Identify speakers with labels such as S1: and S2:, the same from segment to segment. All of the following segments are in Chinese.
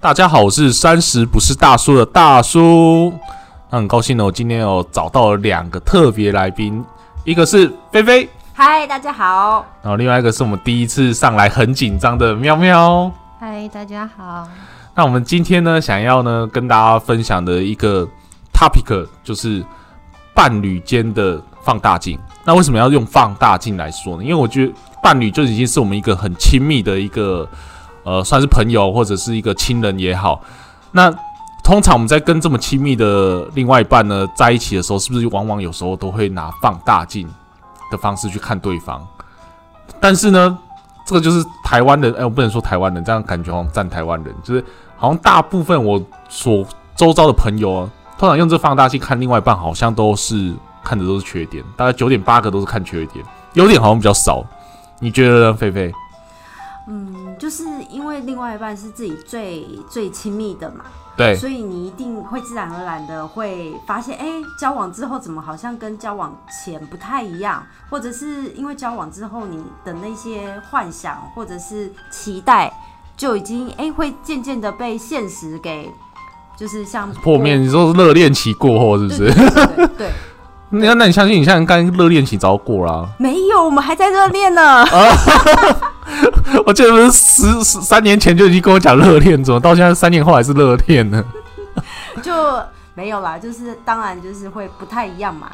S1: 大家好，我是三十不是大叔的大叔。那很高兴呢，我今天有找到了两个特别来宾，一个是菲菲，
S2: 嗨，大家好。
S1: 然后另外一个是我们第一次上来很紧张的喵喵。
S2: 嗨，大家好。
S1: 那我们今天呢，想要呢跟大家分享的一个 topic 就是伴侣间的放大镜。那为什么要用放大镜来说呢？因为我觉得伴侣就已经是我们一个很亲密的一个呃，算是朋友或者是一个亲人也好。那通常我们在跟这么亲密的另外一半呢在一起的时候，是不是往往有时候都会拿放大镜的方式去看对方？但是呢，这个就是台湾人，哎、我不能说台湾人，这样感觉好像站台湾人，就是好像大部分我所周遭的朋友啊，通常用这放大镜看另外一半，好像都是看的都是缺点，大概九点八个都是看缺点，优点好像比较少。你觉得呢，菲菲？
S2: 嗯，就是因为另外一半是自己最最亲密的嘛，
S1: 对
S2: 所以你一定会自然而然的会发现，哎、交往之后怎么好像跟交往前不太一样，或者是因为交往之后你的那些幻想或者是期待，就已经哎、会渐渐的被现实给，就是像
S1: 破灭，你说是热恋期过后是不
S2: 对，
S1: 是
S2: 对？对对对对，
S1: 那那你相信你现在刚热恋期早过啊啦、
S2: 没有，我们还在热恋呢。
S1: 我记得不是十十三年前就已经跟我讲热恋，怎么到现在三年后还是热恋呢？
S2: 就没有啦，就是当然就是会不太一样嘛。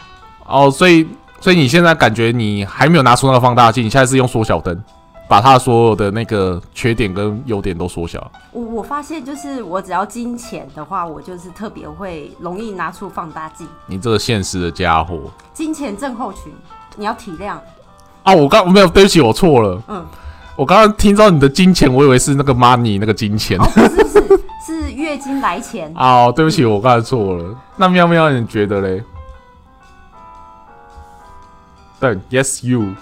S1: 哦，所以所以你现在感觉你还没有拿出那个放大镜，你现在是用缩小灯，把它所有的那个缺点跟优点都缩小。
S2: 我我发现就是我只要金钱的话，我就是特别会容易拿出放大镜，
S1: 你这个现实的家伙
S2: 金钱症候群，你要体谅。哦
S1: 啊！我刚没有，对不起，我错了。
S2: 嗯，
S1: 我刚刚听到你的金钱，我以为是那个 money 那个金钱。
S2: 哦，不是不是， 是月经来钱。
S1: 哦，对不起，我刚才错了。那喵喵，你觉得嘞？对，Yes you，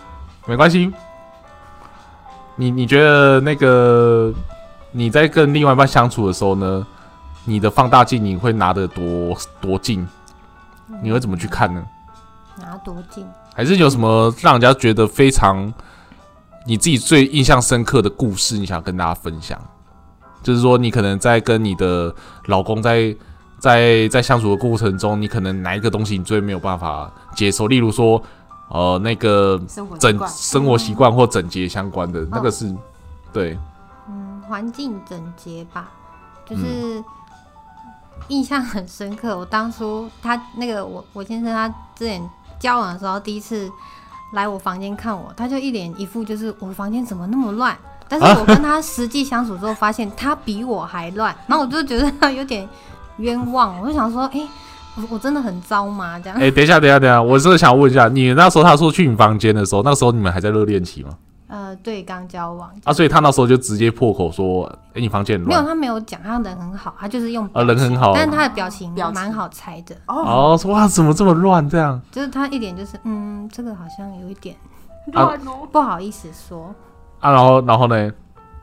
S1: 没关系。你你觉得那个你在跟另外一半相处的时候呢，你的放大镜你会拿得多多近？你会怎么去看呢？
S3: 拿多近？
S1: 还是有什么让人家觉得非常你自己最印象深刻的故事，你想跟大家分享？就是说，你可能在跟你的老公在在在相处的过程中，你可能哪一个东西你最没有办法接受？例如说，呃，那个
S2: 生活习
S1: 整
S2: 惯，
S1: 生活习惯或整洁相关的那个是，对，
S3: 嗯，环境整洁吧，
S2: 嗯
S3: 就是印象很深刻。我当初他那个我我先生他之前交往的时候，第一次来我房间看我，他就一脸一副就是我房间怎么那么乱。但
S2: 啊
S3: 是我跟他实际相处之后，发现他比我还乱，然后我就觉得他有点冤枉，我就想说，哎、我我真的很糟吗？这样
S1: 哎、等一下，等一下，等一下，我真的想问一下，你那时候他说去你房间的时候，那时候你们还在热恋期吗？
S3: 呃，对，刚交往
S1: 啊，所以他那时候就直接破口说，哎、你房间很
S3: 没有
S1: 乱，
S3: 他没有讲，他人很好，他就是用
S1: 啊，人很好，
S3: 但是他的表情
S2: 哦表情
S3: 蛮好猜的，
S2: 哦，
S1: 哦，说哇，怎么这么乱这样？
S3: 就是他一点就是，嗯，这个好像有一点
S1: 乱
S2: 哦，
S3: 不好意思说，
S1: 啊，然后然后呢？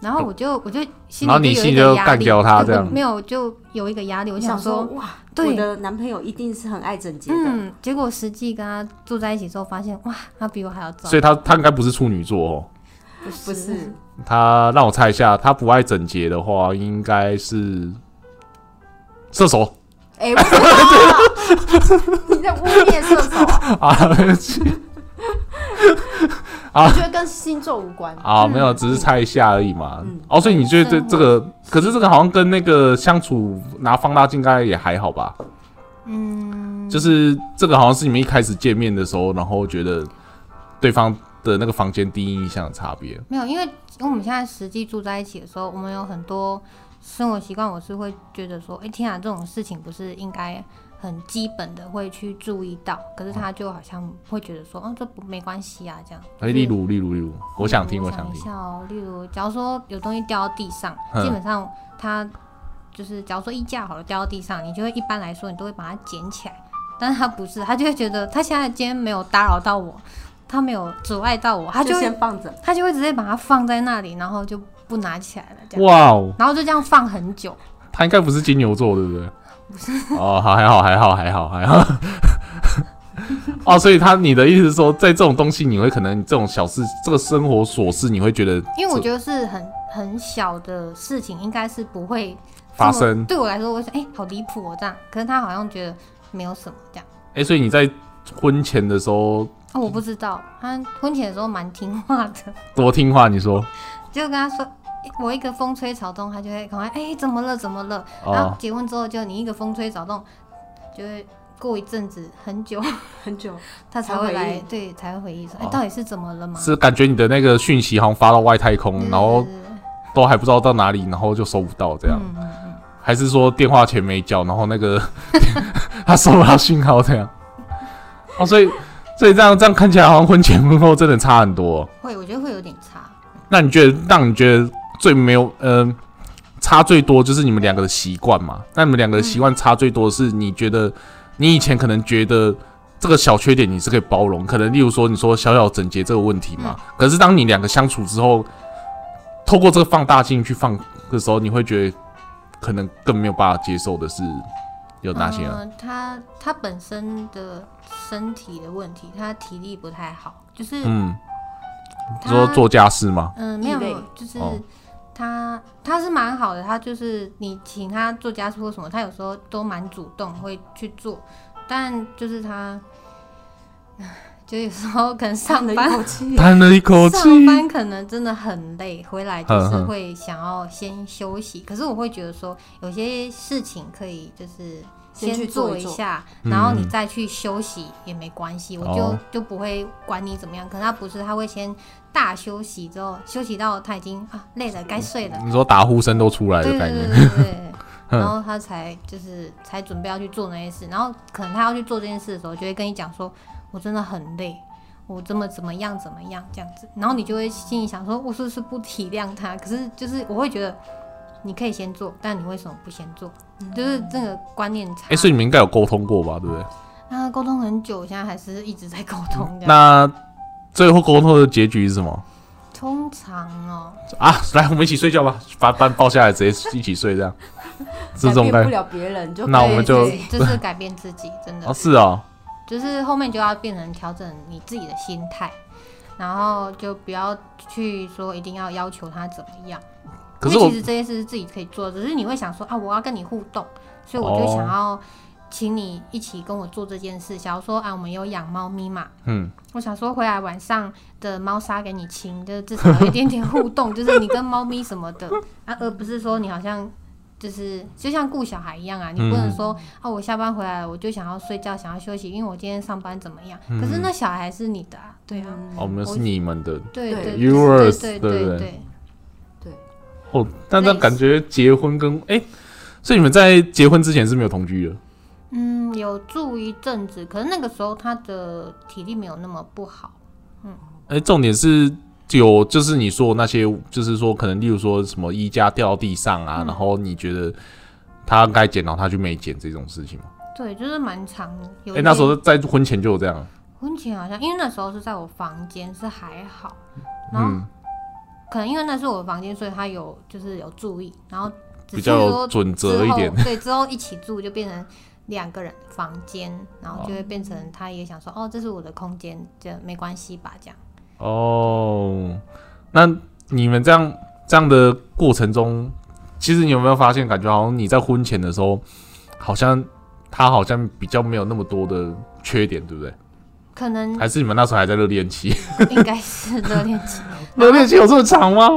S3: 然后我就我就
S1: 哦然
S3: 心
S1: 后你
S3: 里
S1: 心
S3: 有
S1: 里
S3: 一个
S1: 就
S3: 压
S1: 干
S3: 力，
S1: 掉他这样。
S3: 没有就有一个压力，我
S2: 我
S3: 想
S2: 想说
S3: 说，
S2: 哇，
S3: 对
S2: 我的男朋友一定是很爱整洁的。
S3: 嗯，结果实际跟他住在一起之后，发现哇，他比我还要糟
S1: 所，以他他应该不是处女座哦。
S3: 不
S2: 不是，
S1: 他让我猜一下，他不爱整洁的话，应该是射手
S2: 哎、不是啊 你在污蔑射手啊、
S1: 啊
S2: 我觉得跟星座无关。
S1: 啊，没有，只是猜一下而已嘛
S2: 嗯。
S1: 哦，所以你觉得这
S3: 生活
S1: 这个，可是这个好像跟那个相处拿放大镜应该也还好吧？
S3: 嗯，
S1: 就是这个好像是你们一开始见面的时候，然后觉得对方的那个房间第一印象的差别。
S3: 没有，因为因为我们现在实际住在一起的时候，我们有很多生活习惯，我是会觉得说，哎、天啊，这种事情不是应该很基本的会去注意到，可是他
S1: 嗯
S3: 就好像会觉得说，哦，这不没关系啊，这样。
S1: 哎，例如，例如，例如，我想听，
S3: 我
S1: 我想
S3: 一
S1: 听。
S3: 下哦，例如，假如说有东西掉到地上，
S1: 嗯
S3: 基本上它就是，假如说衣架好了掉到地上，你就会一般来说你都会把它捡起来，但是他不是，他就会觉得他现在今天没有打扰到我，他没有阻碍到我，他就会
S2: 先放着，
S3: 他就会直接把它放在那里，然后就不拿起来了，这样，
S1: 哇哦，
S3: 然后就这样放很久。
S1: 他应该不是金牛座，对不对？哦，好，还好，还好，还好，还好。 哦，所以他你的意思是说，在这种东西，你会可能这种小事，这个生活琐事，你会觉得
S3: 因为我
S1: 这
S3: 觉得是很很小的事情，应该是不会
S1: 发
S3: 这么
S1: 生。
S3: 对我来说，我想哎、好离谱哦这样，可是他好像觉得没有什么这样。
S1: 哎、所以你在婚前的时候
S3: 哦，我不知道，他婚前的时候蛮听话的，
S1: 多听话，你说
S3: 就跟他说。我一个风吹草动，他就会赶快哎、怎么了怎么了？然后
S1: 哦，
S3: 结婚之后，就你一个风吹草动，就会过一阵子很久，
S2: 很久，
S3: 他才
S2: 才
S3: 会
S2: 回
S3: 来，
S2: 应
S3: 对，才会回忆说，哎、
S1: 哦
S3: 到底是怎么了嘛？
S1: 是感觉你的那个讯息好像发到外太空，
S3: 对
S1: 然后
S3: 对对对
S1: 都还不知道到哪里，然后就收不到这样，
S3: 嗯嗯嗯
S1: 还是说电话钱没交，然后那个 他收不到信号这样？哦，所以所以这样这样看起来好像婚前婚后真的差很多哦、
S3: 会，我觉得会有点差。
S1: 那你觉得让你觉得最没有呃差最多就是你们两个的习惯嘛？那你们两个的习惯差最多是你觉得你以前可能觉得这个小缺点你是可以包容，可能例如说你说小小整洁这个问题
S3: 嗯
S1: 嘛，可是当你两个相处之后，透过这个放大镜去放的时候，你会觉得可能更没有办法接受的是有哪些啊？
S3: 嗯，他他本身的身体的问题，他体力不太好，就是
S1: 嗯，你
S3: 他
S1: 说做家事 吗？
S3: 嗯、没有
S2: 异类
S3: 就是
S1: 哦
S3: 他他是蛮好的，他就是你请他做家事或什么，他有时候都蛮主动会去做，但就是他。就有时候可能上
S2: 叹了一
S3: 班
S2: 口气，
S1: 叹了一口气，
S3: 上班可能真的很累，回来就
S1: 嗯
S3: 是
S1: 嗯
S3: 会想要先休息。可是我会觉得说，有些事情可以就是
S2: 先去做
S3: 做
S2: 一
S3: 一
S2: 做
S3: 下，
S1: 嗯
S3: 然后你再去休息也没关系，我
S1: 哦
S3: 就就不会管你怎么样。可是他不是，他会先大休息，之后休息到他已经啊累了，该睡了。
S1: 你说打呼声都出来的
S3: 对对
S1: 概
S3: 对
S1: 念，
S3: 对对对，
S1: 嗯
S3: 然后他才就是才准备要去做那些事，然后可能他要去做这件事的时候，就会跟你讲说，我真的很累，我怎么怎么样怎么样这样子，然后你就会心里想说，我是不是不体谅他？可是就是我会觉得你可以先做，但你为什么不先做？就是这个观念差。
S1: 哎、所以你们应该有沟通过吧？对不对？
S3: 那沟通很久，现在还是一直在沟通这样。
S1: 嗯那最后沟通的结局是什么
S3: 通常哦，
S1: 啊？ 来，我们一起睡觉吧，把把你抱下来，直接一起睡，这 样是这
S2: 改
S1: 种
S2: 变
S1: 感
S2: 不
S1: 觉。
S2: 了别人，就
S1: 那我
S2: 可以
S1: 们就
S2: 自己
S3: 对就是改变自己，真的
S1: 哦，。是哦，
S3: 就是后面就要变成调整你自己的心态，然后就不要去说一定要要求他怎么样，
S1: 可是
S3: 因为
S1: 我
S3: 其实这些事是自己可以做的，只是你会想说啊，我要跟你互动，所以我就
S1: 哦
S3: 想要请你一起跟我做这件事。假如说啊，我们有养猫咪嘛，
S1: 嗯，
S3: 我想说回来晚上的猫砂给你清，就是至少有一点点互动，就是你跟猫咪什么的啊，而不是说你好像就是就像顾小孩一样啊，你
S1: 嗯
S3: 不能说、啊我下班回来了我就想要睡觉，想要休息，因为我今天上班怎么样？
S1: 嗯
S3: 可是那小孩是你的啊，对啊，
S1: 哦，我们是你们的
S3: 对
S2: 嗯对
S3: 对
S1: Yours，对
S3: 对
S1: 不
S3: 对
S1: 对
S3: 对，
S1: 哦，但这样感觉结婚跟哎、所以你们在结婚之前是没有同居的
S3: 嗯，有住一阵子，可是那个时候他的体力没有那么不好，
S1: 哎、重点是。有，就是你说的那些，就是说，可能例如说什么衣架掉到地上
S3: 嗯
S1: 啊，然后你觉得他该捡，然后他就没捡这种事情吗？
S3: 对，就是蛮长的。有
S1: 哎、
S3: 一
S1: 那时
S3: 点
S1: 候在婚前就有这样，
S3: 婚前好像，因为那时候是在我房间，是还好，然后、
S1: 嗯
S3: 可能因为那是我的房间，所以他有就是有注意，然后
S1: 比
S3: 只是
S1: 较有
S3: 说
S1: 准
S3: 之后
S1: 则一点。
S3: 对，之后一起住就变成两个人的房间，然后就会变成他也想说，哦，这是我的空间，这没关系吧，这样。
S1: 哦，那你们这样这样的过程中，其实你有没有发现，感觉好像你在婚前的时候，好像他好像比较没有那么多的缺点，对不对？
S3: 可能
S1: 还是你们那时候还在热恋期？
S3: 应该是热恋期。
S1: 热恋期有这么长吗？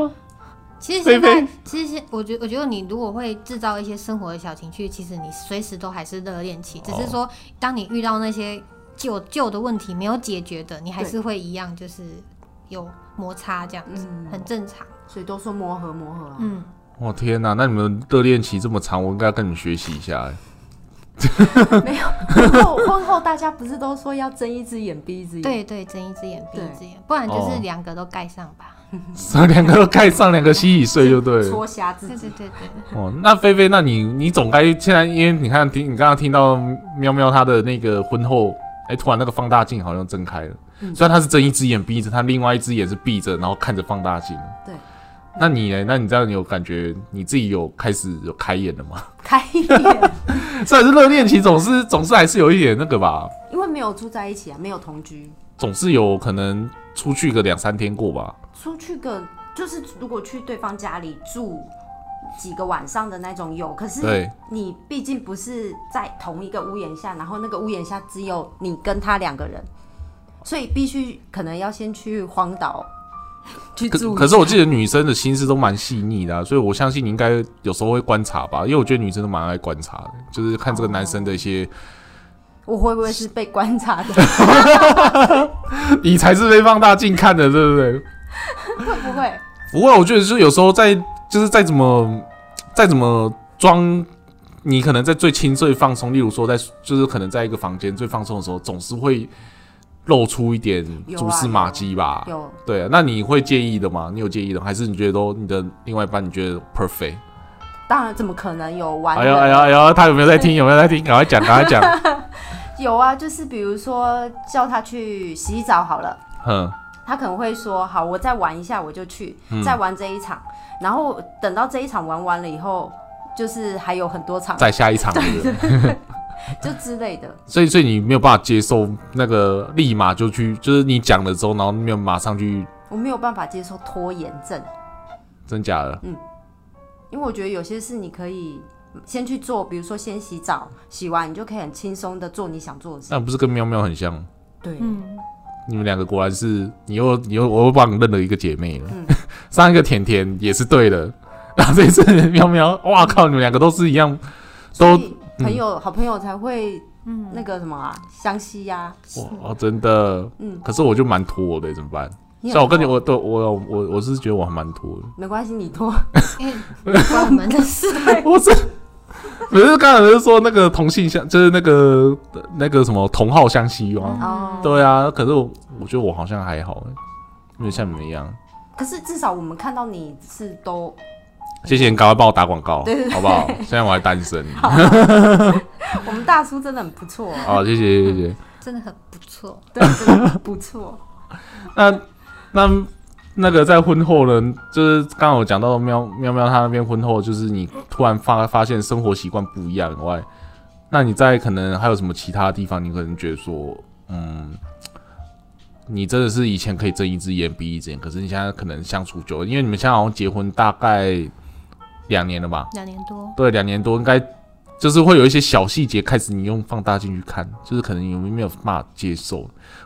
S3: 其实
S1: 菲
S3: 现在
S1: 菲，
S3: 其实现我觉我觉得你如果会制造一些生活的小情趣，其实你随时都还是热恋期，只
S1: 哦
S3: 是说当你遇到那些旧旧的问题没有解决的，你还是会一样就是有摩擦这样子，
S2: 嗯，
S3: 很正常。
S2: 所以都说磨合磨合啊，
S3: 嗯，
S1: 我、哦天哪，那你们热恋期这么长，我应该跟你们学习一下、 欸。
S2: 婚后 婚后大家不是都说要睁一只眼闭一只眼？，
S3: 对对，睁一只眼闭
S2: 对
S3: 一只眼，不然就是
S1: 哦
S3: 两个都盖上吧。
S1: 两个都盖上，两个洗洗睡就对了。
S2: 戳瞎自
S3: 对
S2: 己
S3: 对。对对，
S1: 哦，那菲菲，那你你总该现在，因为你看听你刚刚听到喵喵她的那个婚后，哎、突然那个放大镜好像睁开了，虽然她是睁一只眼闭着，她另外一只眼是闭着，然后看着放大镜。
S2: 对，
S1: 那你呢？那你这样有感觉你自己有开始有开眼了吗？
S2: 开 眼，
S1: 虽然是热恋期，总是总是还是有一点那个吧，
S2: 因为没有住在一起啊，没有同居，
S1: 总是有可能出去个两三天过吧。
S2: 出去个就是如果去对方家里住，几个晚上的那种有，可是
S1: 对
S2: 你毕竟不是在同一个屋檐下，然后那个屋檐下只有你跟他两个人，所以必须可能要先去荒岛 去
S1: 可
S2: 住一
S1: 可是
S2: 下
S1: 我记得女生的心思都蛮细腻的啊、所以我相信你应该有时候会观察吧，因为我觉得女生都蛮爱观察的，就是看这个男生的一些，
S2: 我会不会是被观察的？
S1: 哦 你才是被放大镜看的，对不对？
S2: 会不会？
S1: 不会，我觉得就是有时候在就是再怎么再怎么装，你可能在最轻最放松，例如说在就是可能在一个房间最放松的时候，总是会露出一点
S2: 有啊
S1: 蛛丝马迹吧。
S2: 有
S1: 对啊，那你会介意的吗？你有介意的吗，还是你觉得都你的另外一半你觉得 perfect？
S2: 当然，怎么可能有完
S1: 哎
S2: 人？
S1: 呦哎呦哎呦，他有没有在听？有没有在听？赶快讲，赶快讲。
S2: 有啊，就是比如说叫他去洗澡好了，
S1: 哼，
S2: 他可能会说：“好，我再玩一下，我就去，
S1: 嗯
S2: 再玩这一场。”然后等到这一场玩完了以后，就是还有很多场，
S1: 再下一场。 对不对
S2: 就之类的。
S1: 所以所以你没有办法接受那个立马就去，就是你讲了之后，然后没有马上去，
S2: 我没有办法接受拖延症，
S1: 真假的？
S2: 因为我觉得有些事你可以先去做，比如说先洗澡，洗完你就可以很轻松的做你想做的事。
S1: 那不是跟喵喵很像吗？
S2: 对，
S3: 嗯，
S1: 你们两个果然是，你又你又我又帮你认了一个姐妹了。
S2: 嗯
S1: 上一个甜甜也是对的， 然后这一次喵喵，哇靠，你们两个都是一样，
S2: 所
S1: 都嗯
S2: 以朋友、好朋友才会
S3: 嗯
S2: 那个什么啊，相啊惜呀、
S1: 哇真的。
S2: 嗯，
S1: 可是我就蛮拖的，怎么办？
S2: 你
S1: 像我跟你，
S2: 有
S1: 我对我我我是觉得我还蛮拖的。
S2: 没关系，你拖。
S3: 因为关我们的事，
S1: 我是，不是刚才不是说那个同性相，就是那个那个什么同号相吸吗？
S2: 哦
S1: 对啊，可是我我觉得我好像还好，没有像你们一样。
S2: 可是至少我们看到你是都
S1: 谢谢你赶快帮我打广告
S2: 对对，对
S1: 好不好？现在我还单身。
S2: 我们大叔真的很不错，哦
S1: 好，谢谢谢谢。
S3: 真的很不错。
S2: 对，真的不错。
S1: 那那那个在婚后呢，就是刚刚有讲到喵喵喵他那边婚后，就是你突然发发现生活习惯不一样以外，那你在可能还有什么其他地方，你可能觉得说，嗯，你真的是以前可以睁一只眼闭一只眼，可是你现在可能相处久了，因为你们现在好像结婚大概两年了吧？
S3: 两年多，
S1: 对，两年多应该。就是会有一些小细节开始你用放大镜去看，就是可能你们没有办法接受，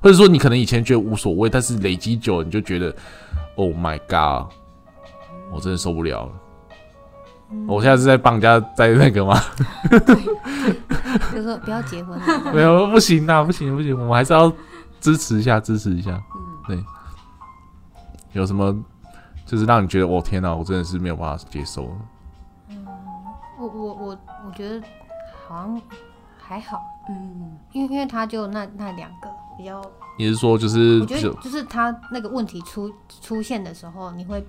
S1: 或者说你可能以前觉得无所谓，但是累积久了你就觉得，Oh my god，我真的受不了了。我现在是在帮人家在那个吗？
S3: 就说不要结婚了。
S1: 没有，不行啊，不行不行，我们还是要支持一下，支持一下。
S3: 嗯
S1: 对，有什么就是让你觉得，我、天哪，我真的是没有办法接受了。
S3: 我我我我觉得好像还好，
S2: 嗯，
S3: 因为因为他就那那两个比较，
S1: 你是说就是
S3: 我觉得
S1: 就
S3: 就是他那个问题出出现的时候，你会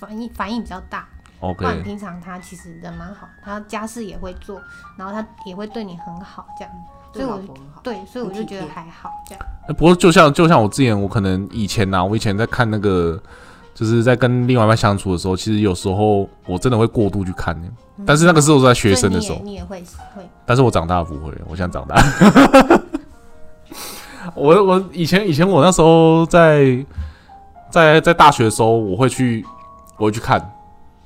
S3: 反应反应比较大。不然
S1: OK？
S3: 平常他其实人蛮好，他家事也会做，然后他也会对你很好，这样。
S2: 对
S3: 所以
S2: 老
S3: 我
S2: 婆很好。
S3: 对，所以我就觉
S2: 很
S3: 得
S2: 体贴
S3: 还好这样。
S1: 欸不过就像就像我之前，我可能以前呐、啊，我以前在看那个，就是在跟另外一半相处的时候，其实有时候我真的会过度去看、欸但是那个时候在学生的时
S3: 所以
S1: 候，
S3: 你也你也会会，
S1: 但是我长大不会，我想长大。我我以前以前我那时候在在在大学的时候，我会去我会去看，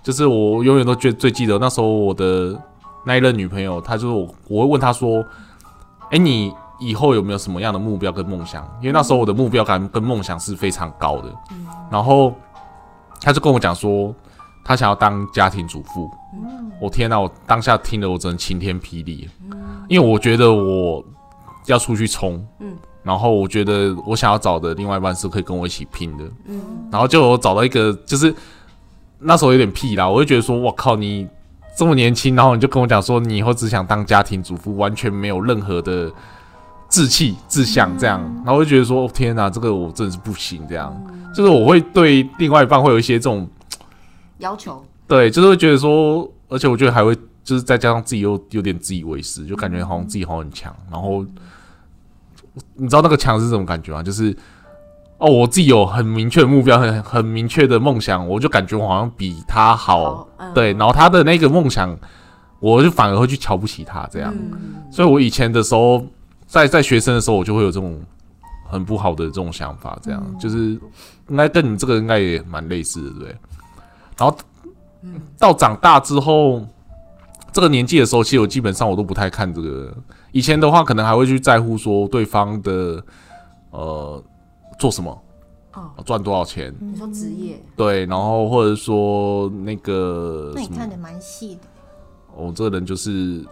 S1: 就是我永远都觉最记得那时候我的那一任女朋友，她就是我，我会问她说：“哎、你以后有没有什么样的目标跟梦想？”因为那时候我的目标感跟梦想是非常高的，然后她就跟我讲说，她想要当家庭主妇。我天哪、我当下听了我真的晴天霹雳，因为我觉得我要出去冲，
S2: 嗯
S1: 然后我觉得我想要找的另外一半是可以跟我一起拼的，
S2: 嗯，
S1: 然后就我找到一个，就是那时候有点屁啦，我就觉得说，我靠，你这么年轻，然后你就跟我讲说，你以后只想当家庭主妇，完全没有任何的志气、志向这
S2: 嗯
S1: 样，然后我就觉得说，哦天哪，这个我真的是不行，这样，就是我会对另外一半会有一些这种
S2: 要求
S1: 对，就是会觉得说，而且我觉得还会就是再加上自己又有点自以为是，就感觉好像自己好像很强，然后你知道那个强是什么感觉吗？就是哦，我自己有很明确的目标，很很明确的梦想，我就感觉我好像比他好，，
S2: 嗯
S1: 哦对，，然后他的那个梦想，我就反而会去瞧不起他这样，
S2: 嗯，
S1: 所以我以前的时候，在在学生的时候，我就会有这种。很不好的这种想法，这样、就是应该跟你这个应该也蛮类似的，对不对。然后到长大之后，这个年纪的时候，其实我基本上我都不太看这个。以前的话，可能还会去在乎说对方的呃做什么，
S2: 哦，
S1: 赚多少钱，
S2: 你说职业，
S1: 对，然后或者说那个
S3: 那
S1: 呃
S3: 你
S1: 什么
S3: 看，的蛮细的，
S1: 我、这个人就是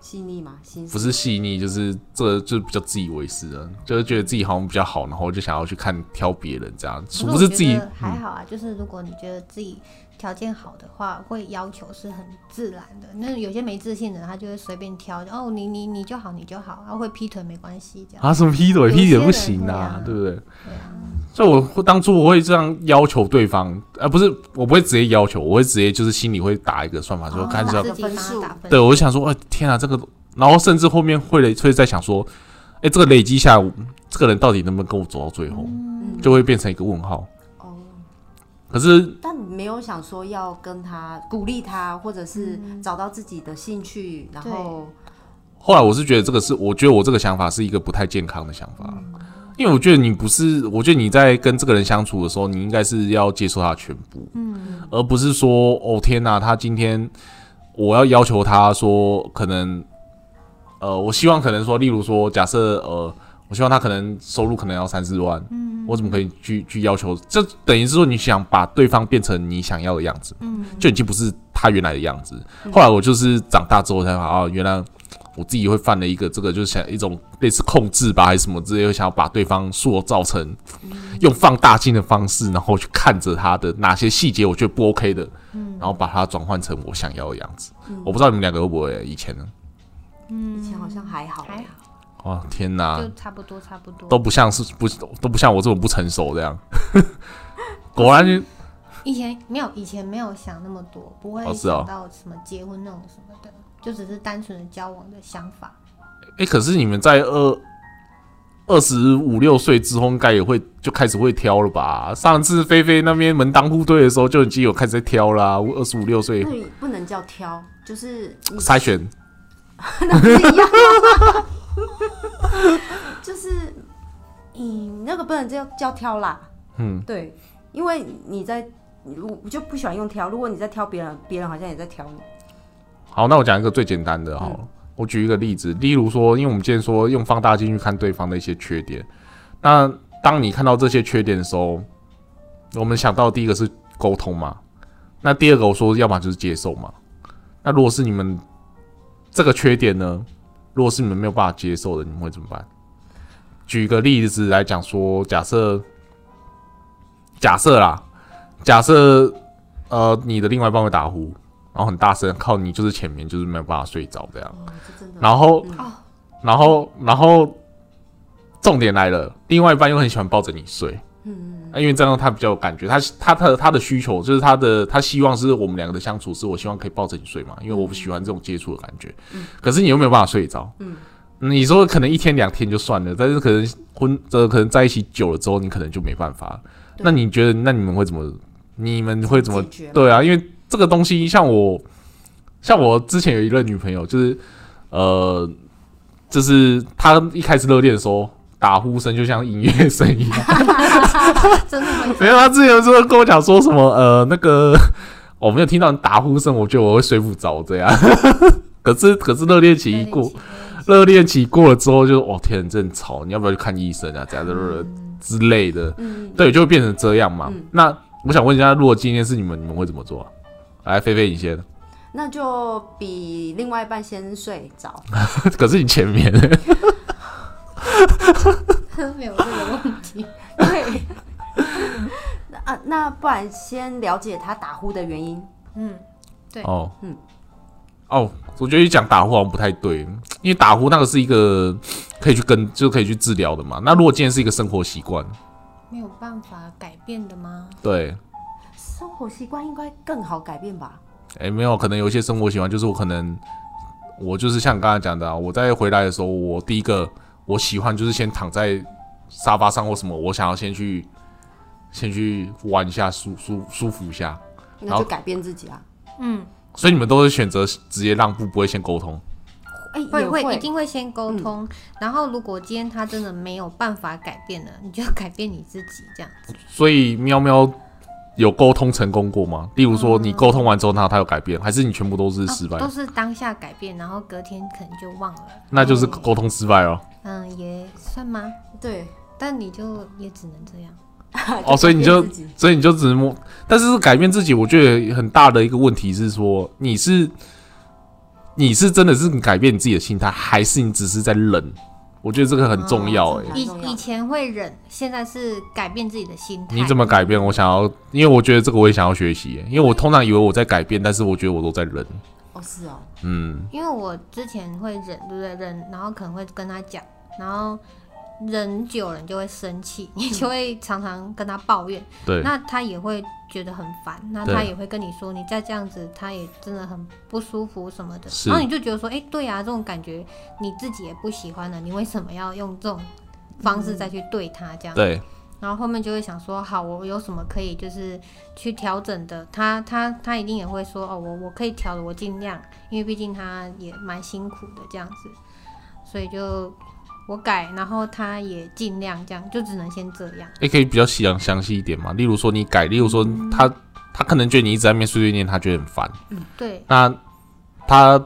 S2: 细腻嘛，心
S1: 不是细腻，就是这个就是比较自以为是啊，就是觉得自己好像比较好，然后就想要去看挑别人这样，殊
S3: 可
S1: 不
S3: 是
S1: 知
S3: 我
S1: 自
S3: 觉
S1: 己嗯
S3: 得还好啊，就是如果你觉得自己条件好的话，会要求是很自然的。那有些没自信的人，他就会随便挑，哦，你你你就好，你就好，然后会劈腿没关系这样。
S1: 啊，什么劈腿
S3: 有
S1: 劈
S3: 些
S1: 腿不
S3: 人
S1: 行
S3: 会
S1: 啊
S3: 啊，
S1: 对不对？所以我会当初我会这样要求对方，呃，不是，我不会直接要求，我会直接就是心里会打一个算法，说
S3: 哦
S1: 看
S2: 是
S1: 着
S2: 要
S3: 把自己帮他打分，
S1: 对，我就想说，哎、天啊，这个，然后甚至后面会了会在想说，哎、这个累积下来，这个人到底能不能跟我走到最后，
S2: 嗯
S1: 就会变成一个问号。
S2: 哦，
S1: 可是
S2: 但你没有想说要跟他鼓励他，或者是找到自己的兴趣，然后
S1: 后来我是觉得这个是，我觉得我这个想法是一个不太健康的想法，因为我觉得你不是，我觉得你在跟这个人相处的时候，你应该是要接受他的全部，
S3: 嗯，
S1: 而不是说哦天哪，他今天呃我要要求他说可能，呃，我希望可能说，例如说，假设呃，我希望他可能收入可能要三四万，嗯，我怎么可以去去要求？这等于是说你想把对方变成你想要的样子，嗯，就已经不是他原来的样子。后来我就是长大之后才发现啊，原来。我自己会犯了一个这个，就是想一种类似控制吧，还是什么之类，会想要把对方塑造成用放大镜的方式，然后去看着他的哪些细节我觉得不 OK 的，然后把它转换成我想要的样子。我不知道你们两个会不会以前呢？
S2: 以前好像还好，
S3: 还好，
S1: 哦，天哪
S3: 就，差不多差不多。
S1: 都不像是不都不像我这种不成熟这样。 果然就
S3: 以前没有，以前没有想那么多，不会
S1: 哦是哦
S3: 想到什么结婚那种什么的，就只是单纯的交往的想法。
S1: 哎，可是你们在二二十五六岁之后，应该也会就开始会挑了吧？上次菲菲那边门当户对的时候，就已经有开始在挑啦、我二十五六岁
S2: 那你不能叫挑，就是你
S1: 筛选，
S2: 那不一样吗， 就是嗯，那个不能叫叫挑啦，
S1: 嗯，
S2: 对，因为你在。我我就不喜欢用挑，如果你在挑别人，别人好像也在挑你。
S1: 好，那我讲一个最简单的好了。我举一个例子，例如说，因为我们今天说用放大镜去看对方的一些缺点，那当你看到这些缺点的时候，我们想到第一个是沟通嘛，那第二个我说要么就是接受嘛。那如果是你们这个缺点呢，如果是你们没有办法接受的，你们会怎么办？举一个例子来讲说，假设假设啦，假设呃你的另外一半会打呼，然后很大声，靠你就是浅眠，就是没有办法睡着这样。
S2: 哦，这真的。
S1: 然后，
S2: 嗯
S3: 哦
S1: 然后，然后，重点来了，另外一半又很喜欢抱着你睡，啊
S2: 嗯，
S1: 那因为这样他比较有感觉，他他他他的需求就是他的他希望是我们两个的相处是我希望可以抱着你睡嘛，因为我不喜欢这种接触的感觉，可是你又没有办法睡着，
S2: 嗯
S1: 你说可能一天两天就算了，但是可能婚这可能在一起久了之后，你可能就没办法了。
S2: 对
S1: 那你觉得那你们会怎么？你们会怎么
S2: 解决吗
S1: 对啊，因为这个东西，像我，像我之前有一任女朋友，就是呃，就是她一开始热恋的时候，打呼声就像音 乐声一样。
S3: 真的会
S1: 没有，她之前就跟我讲说什么呃，那个哦我没有听到你打呼声，我觉得我会睡不着这样。 可是可是热恋期一
S3: 有点
S1: 过
S3: 奇，怪
S1: 热恋期过了之后就，哦天，真吵，你要不要去看医生啊？这样的之类的，
S2: 嗯，
S1: 对，就会变成这样嘛。
S2: 嗯
S1: 那我想问一下，如果今天是你们，你们会怎么做啊、来，菲菲你先，
S2: 那就比另外一半先睡着。
S1: 可是你前面
S3: 没有这个问题。
S2: 对， 啊，那不然先了解他打呼的原因。
S3: 嗯，对
S1: 哦，
S2: 嗯
S1: 哦，我觉得你讲打呼好像不太对，因为打呼那个是一个可以去跟，就可以去治疗的嘛。那如果今天是一个生活习惯，
S3: 没有办法改变的吗？
S1: 对，
S2: 生活习惯应该更好改变吧？
S1: 哎，没有，可能有一些生活习惯，就是我可能我就是像刚才讲的、啊，我在回来的时候，我第一个我喜欢就是先躺在沙发上或什么，我想要先去先去玩一下，舒舒舒服一下。
S2: 那就改变自己啊。
S3: 嗯，
S1: 所以你们都是选择直接让步，不会先沟通。
S2: 哎、
S3: 会
S2: 也
S3: 会
S2: 会嗯
S3: 一定会先沟通，然后如果今天他真的没有办法改变了，你就改变你自己这样子。
S1: 所以喵喵有沟通成功过吗？例如说，你沟通完之后，他他有改
S2: 嗯
S1: 变，还是你全部都是
S3: 哦
S1: 失败？
S3: 都是当下改变，然后隔天可能就忘了。
S1: 那就是沟通失败哦。
S3: 嗯，也算吗？
S2: 对，
S3: 但你就也只能这样。
S1: 哦，所以你就
S2: 改变自己，
S1: 所以你就只能摸，但是改变自己，我觉得很大的一个问题是说，你是你是真的是改变你自己的心态，还是你只是在忍？我觉得这个很重要
S2: 哦
S1: 哎、
S2: 这蛮
S3: 以
S2: 重要的
S3: 以前会忍，现在是改变自己的心态。
S1: 你怎么改变？我想要，因为我觉得这个我也想要学习、欸，因为我通常以为我在改变，但是我觉得我都在忍。
S2: 哦是哦，
S1: 嗯，
S3: 因为我之前会忍，对不对？忍，然后可能会跟他讲，然后忍久了你就会生气， 你就会常常跟他抱怨，
S1: 对，
S3: 那他也会觉得很烦，那
S1: 对
S3: 他也会跟你说，你再这样子，他也真的很不舒服什么的。
S1: 是
S3: 然后你就觉得说，哎、对啊，这种感觉你自己也不喜欢了，你为什么要用这种方式再去对他这样？
S1: 对，
S3: 然后后面就会想说，好，我有什么可以就是去调整的？他他他一定也会说，哦，我我可以调的，我尽量，因为毕竟他也蛮辛苦的这样子，所以就我改，然后他也尽量这样，就只能先这样。
S1: 也、可以比较详详细一点嘛。例如说你改，例如说他、他可能觉得你一直在面碎碎念，他觉得很烦。
S3: 对，
S1: 那他，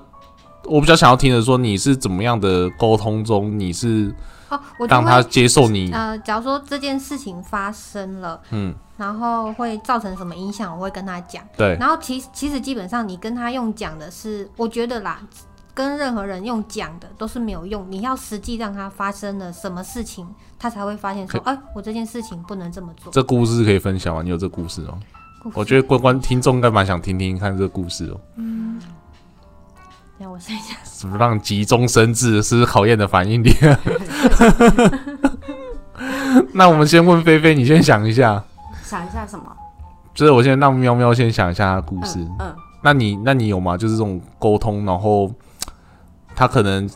S1: 我比较想要听的是说，你是怎么样的沟通中，你是
S3: 哦，我就
S1: 让他
S3: 会
S1: 接受你，
S3: 呃，假如说这件事情发生了，
S1: 嗯，
S3: 然后会造成什么影响，我会跟他讲。
S1: 对，
S3: 然后其其实基本上你跟他用讲的是，我觉得啦，跟任何人用讲的都是没有用，你要实际让他发生了什么事情，他才会发现说，哎、我这件事情不能这么做。
S1: 这故事可以分享吗？你有这故事哦？我觉得关关听众应该蛮想听听看这个故事哦，
S3: 哎让我想一下，
S1: 怎么让急中生智是考验的反应力。 那我们先问菲菲，你先想一下，
S2: 想一下什么？
S1: 就是我先让喵喵先想一下她的故事。
S2: 嗯嗯，
S1: 那你那你有吗？就是这种沟通，然后他可能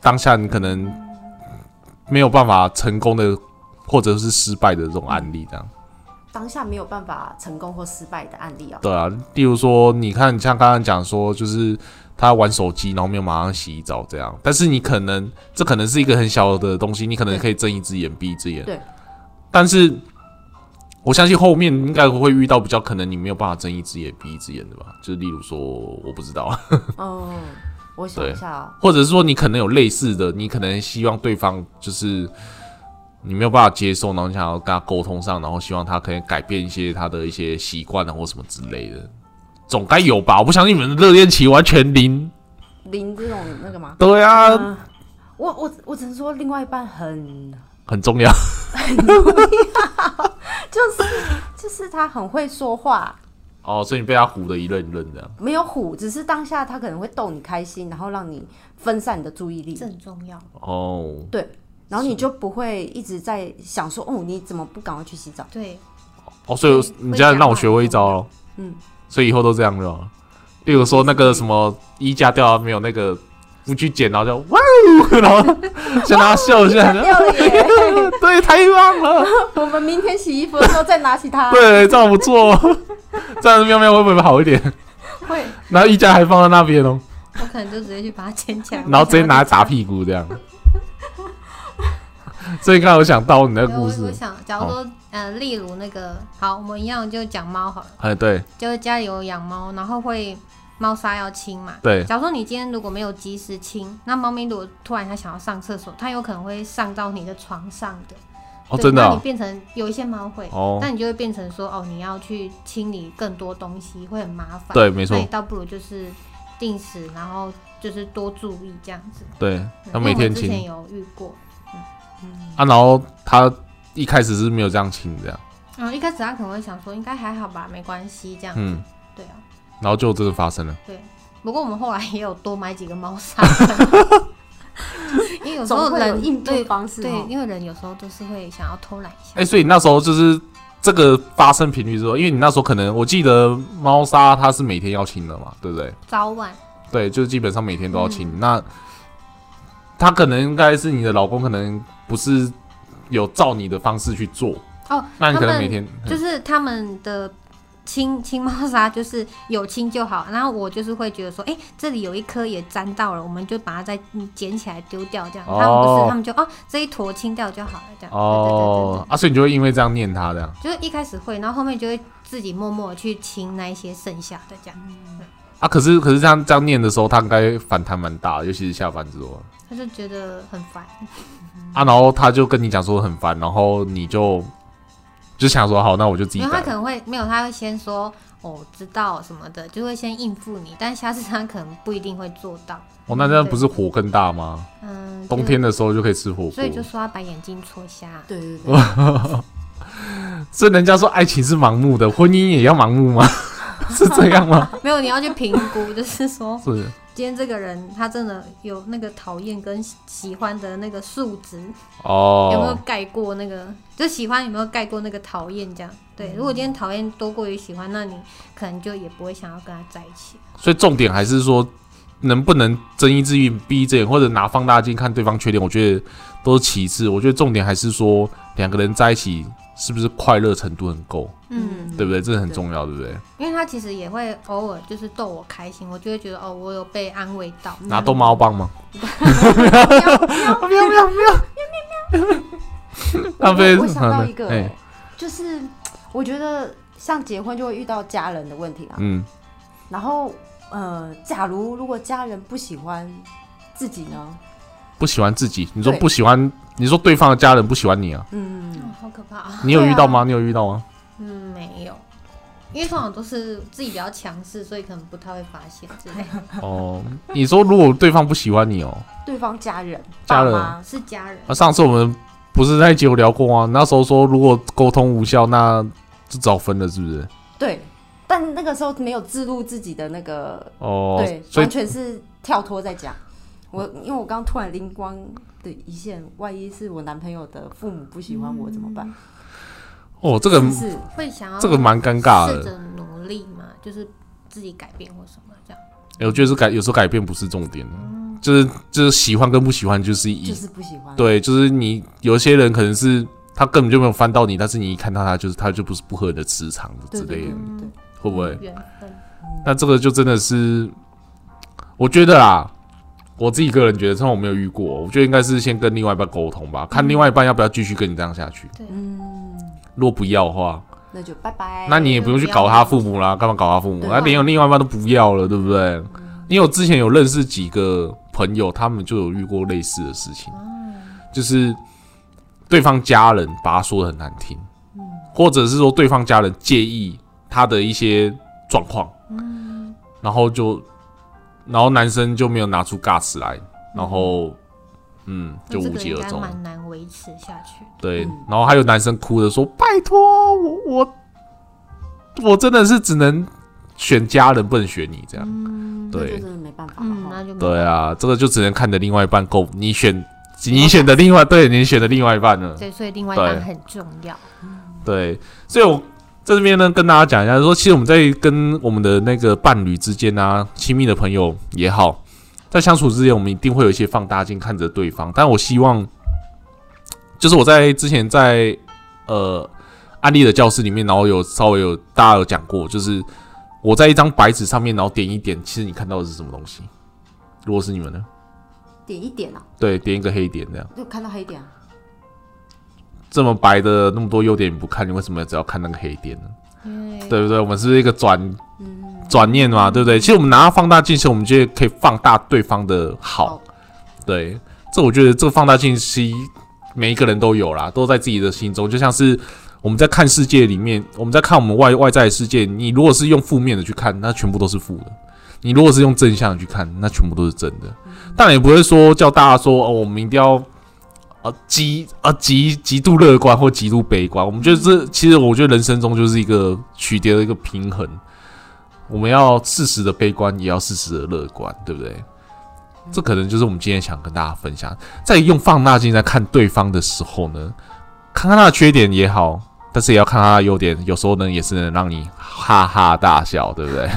S1: 当下你可能没有办法成功的，或者是失败的这种案例，这样
S2: 当下没有办法成功或失败的案例哦。
S1: 对啊。例如说，你看像刚刚讲说，就是他玩手机，然后没有马上洗澡这样，但是你可能这可能是一个很小的东西，你可能可以睁一只眼闭一只眼，
S2: 对。
S1: 但是我相信后面应该会遇到比较可能你没有办法睁一只眼闭一只眼的吧，就是例如说我不知道。
S2: 嗯，我想一下哦，
S1: 或者是说你可能有类似的，你可能希望对方就是你没有办法接受，然后你想要跟他沟通上，然后希望他可以改变一些他的一些习惯啊或什么之类的，总该有吧？我不相信你们的热恋期完全零。
S2: 零这种那个吗？
S1: 对啊，
S2: 嗯，我我我只能说另外一半很
S1: 很重要。
S2: 就是他很会说话，
S1: 哦，所以你被他唬的一愣一愣的。
S2: 没有唬，只是当下他可能会逗你开心，然后让你分散你的注意力
S3: 这，很重要。
S1: 哦，
S2: 对，然后你就不会一直在想说，哦，你怎么不赶快去洗澡？
S3: 对，
S1: 哦，所以
S3: 对
S1: 你这样让我学会一招咯。
S2: 嗯，
S1: 所以以后都这样了哦。例如说那个什么衣架掉了没有，那个不去捡，然后就哇哦，然后先让他笑一下，
S2: 掉了哎耶！
S1: 对，太棒了。
S2: 我们明天洗衣服的时候再拿起它。
S1: 对，这样不错，这样喵喵会不会好一点？
S2: 会，
S1: 然后衣架还放在那边哦，
S3: 我可能就直接去把它捡起来，
S1: 然后直接拿来砸屁股这 样。所以刚才有想到你的
S3: 对。我
S1: 故
S3: 我
S1: 事，哦
S3: 想，假如说，呃，例如那个，好，我们一样就讲猫好了，
S1: 哎，对
S3: 就是家里有养猫，然后会猫砂要清嘛，
S1: 对，
S3: 假如说你今天如果没有及时清，那猫咪如果突然它想要上厕所，它有可能会上到你的床上的。
S1: 哦，
S3: 对
S1: 真的
S3: 那你
S1: 哦
S3: 变成有一些猫会，
S1: 哦，
S3: 那你就会变成说哦，你要去清理更多东西，会很麻烦。，
S1: 对，没错
S3: 那你，倒不如就是定时，然后就是多注意这样子。
S1: 对，他
S3: 嗯
S1: 每
S3: 因为
S1: 天
S3: 我们之前
S1: 清
S3: 有遇过，
S1: 啊，然后他一开始是没有这样清这样，
S3: 嗯，一开始它可能会想说应该还好吧，没关系这样。
S1: 嗯，
S3: 对啊，
S1: 然后就真的发生了，
S3: 对。不过我们后来也有多买几个猫砂， 因为有时
S2: 总
S3: 候
S2: 会有
S3: 人
S2: 应
S3: 对
S2: 对方式
S3: 对，
S2: 哦。
S3: 因为人有时候都是会想要偷懒一下。
S1: 哎，所以那时候就是这个发生频率之后，因为你那时候可能我记得猫砂它是每天要清的嘛，对不对？
S3: 早晚
S1: 对，就是基本上每天都要清。
S3: 嗯
S1: 那他可能应该是你的老公，可能不是有照你的方式去做，
S3: 哦，
S1: 那你
S3: 他
S1: 可能
S2: 嗯
S3: 们
S1: 每天嗯
S3: 就是他们的清 清猫砂就是有清就好，然后我就是会觉得说，哎、这里有一颗也沾到了，我们就把它再嗯捡起来丢掉，这样。他们不
S1: 哦
S3: 是，他们就哦这一坨清掉就好了，这样。
S1: 哦
S3: 对对对对对
S1: 啊，所以你就会因为这样念他这样
S3: 就是一开始会，然后后面就会自己默默的去清那一些剩下的这样。
S1: 啊，可是可是这样这样念的时候，他应该反弹蛮大的，尤其是下班之后
S3: 他就觉得很烦，
S1: 啊，然后他就跟你讲说很烦，然后你就就想说好，那我就自己
S3: 然后他
S1: 改
S3: 可。能会没有，他会先说哦知道什么的，就会先应付你，但下次他可能不一定会做到。
S1: 哦，那这样不是火更大吗？
S3: 嗯，
S1: 冬天的时候就可以吃火锅
S3: 就，所以就说要把眼睛戳瞎。
S2: 对对对，
S1: 所以人家说爱情是盲目的，婚姻也要盲目吗？ 是这样吗？
S3: 没有，你要去评估，就是说
S1: 是
S3: 今天这个人他真的有那个讨厌跟喜欢的那个数值
S1: 哦，
S3: 有没有盖过那个，就喜欢有没有盖过那个讨厌这样。对，
S1: 嗯
S3: 如果今天讨厌多过于喜欢，那你可能就也不会想要跟他在一起。
S1: 所以重点还是说，能不能睁一只眼闭一只眼，或者拿放大镜看对方缺点，我觉得都是其次。我觉得重点还是说，两个人在一起是不是快乐程度很够，
S3: 嗯，
S1: 对不对？这很重要，对不对？
S3: 因为他其实也会偶尔就是逗我开心，我就会觉得哦，我有被安慰到。
S1: 拿逗猫棒吗？不要不要不要！浪费。
S2: 我我想到
S1: 嗯
S2: 一个、
S1: 哎
S2: 就是我觉得像结婚就会遇到家人的问题啊。
S1: 嗯，
S2: 然后呃，假如如果家人不喜欢自己呢？
S1: 不喜欢自己，你说
S2: 对
S1: 不喜欢，你说对方的家人不喜欢你啊？
S2: 嗯，
S3: 嗯，好可怕啊！
S1: 你有
S2: 对啊
S1: 遇到吗？你有遇到吗？
S3: 嗯，没有，因为通常都是自己比较强势，所以可能不太会发现之类 的。
S1: 哦，你说如果对方不喜欢你哦，
S2: 对方家人、
S1: 家人
S2: 爸妈，
S3: 是家人，
S1: 啊，上次我们不是在一集有聊过吗？那时候说如果沟通无效，那就早分了，是不是？
S2: 对，但那个时候没有置入自己的那个，
S1: 哦
S2: 对，，
S1: 所以
S2: 完全是跳脱在讲。我因为我刚突然灵光的一现，万一是我男朋友的父母不喜欢我怎么办？
S1: 哦，这个
S2: 是不是
S3: 嗯会想要
S1: 这个蛮尴尬
S3: 试
S1: 的。
S3: 着努力嘛，就是自己改变或什么这样。
S1: 哎我觉得是改有时候改变不是重点，就是就是喜欢跟不喜欢就是一、
S2: 嗯就是不喜欢。
S1: 对，就是你有些人可能是他根本就没有翻到你，但是你一看到他，就是他就不是不合你的磁场之
S2: 对对
S1: 类
S2: 对
S1: 的，
S2: 对对，
S1: 会不会？
S3: 缘分，
S1: 那这个就真的是，我觉得啦，我自己个人觉得，虽然我没有遇过，我觉得应该是先跟另外一半沟通吧，看另外一半要不要继续跟你这样下去。
S2: 嗯，
S1: 如果不要的话，
S2: 那就拜拜。
S1: 那你也不用去搞他父母啦，干嘛搞他父母？
S3: 对啊
S1: 那连有另外一半都不要了，对不对？因为我之前有认识几个朋友，他们就有遇过类似的事情，
S3: 哦
S1: 就是对方家人把他说的很难听，
S3: 嗯
S1: 或者是说对方家人介意他的一些状况，
S3: 嗯
S1: 然后就，然后男生就没有拿出尬词来，然后，嗯，
S3: 那
S1: 就
S3: 这
S1: 无
S3: 个
S1: 疾
S3: 应
S1: 而
S3: 该
S1: 终。
S3: 蛮难维持下去的。
S1: 对
S2: 嗯，
S1: 然后还有男生哭着说：“拜托，我我我真的是只能选家人，不能选你这样。
S3: 嗯，
S2: 那就
S1: 对
S2: 真的没办法了
S3: 嗯，
S2: 哈。
S3: 那就没
S1: 对啊，这个就只能看的另外一半够你选，你选的另外对，你选的另外一半了。
S3: 对，所以另外一半
S1: 对
S3: 很重要。
S1: 对，所以我在这边呢跟大家讲一下，说其实我们在跟我们的那个伴侣之间啊，亲密的朋友也好，在相处之间，我们一定会有一些放大镜看着对方。但我希望，就是我在之前在呃安利的教室里面，然后有稍微有大家有讲过，就是我在一张白纸上面，然后点一点，其实你看到的是什么东西？如果是你们呢？
S2: 点一点啊，
S1: 对，点一个黑点这样，
S2: 就看到黑点啊。
S1: 这么白的那么多优点你不看，你为什么只要看那个黑点呢？
S3: 因为
S1: 对不对？我们是一个转转念嘛，对不对？其实我们拿到放大镜时，我们就可以放大对方的好
S2: 好。
S1: 对，这我觉得这个放大镜是每一个人都有啦，都在自己的心中，就像是。我们在看世界里面，我们在看我们外外在的世界。你如果是用负面的去看，那全部都是负的；你如果是用正向的去看，那全部都是真的。当然也不会说叫大家说哦，我们一定要啊极啊极极度乐观或极度悲观。我们觉得这其实我觉得人生中就是一个取得一个平衡，我们要适时的悲观，也要适时的乐观，对不对？这可能就是我们今天想跟大家分享，在用放大镜在看对方的时候呢，看看他的缺点也好，但是也要看他的优点，有时候呢也是能让你哈哈大笑，对不对？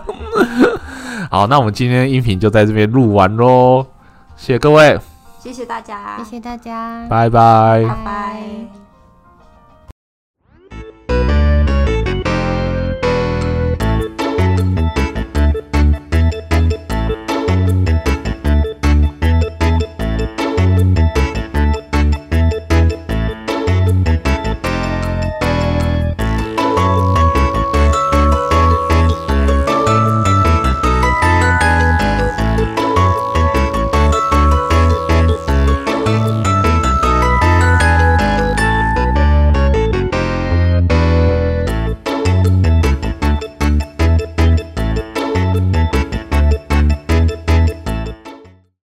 S1: 好，那我们今天音频就在这边录完喽，谢谢各位，
S2: 谢谢大家，
S3: 谢谢大家，
S1: 拜拜。
S2: 拜拜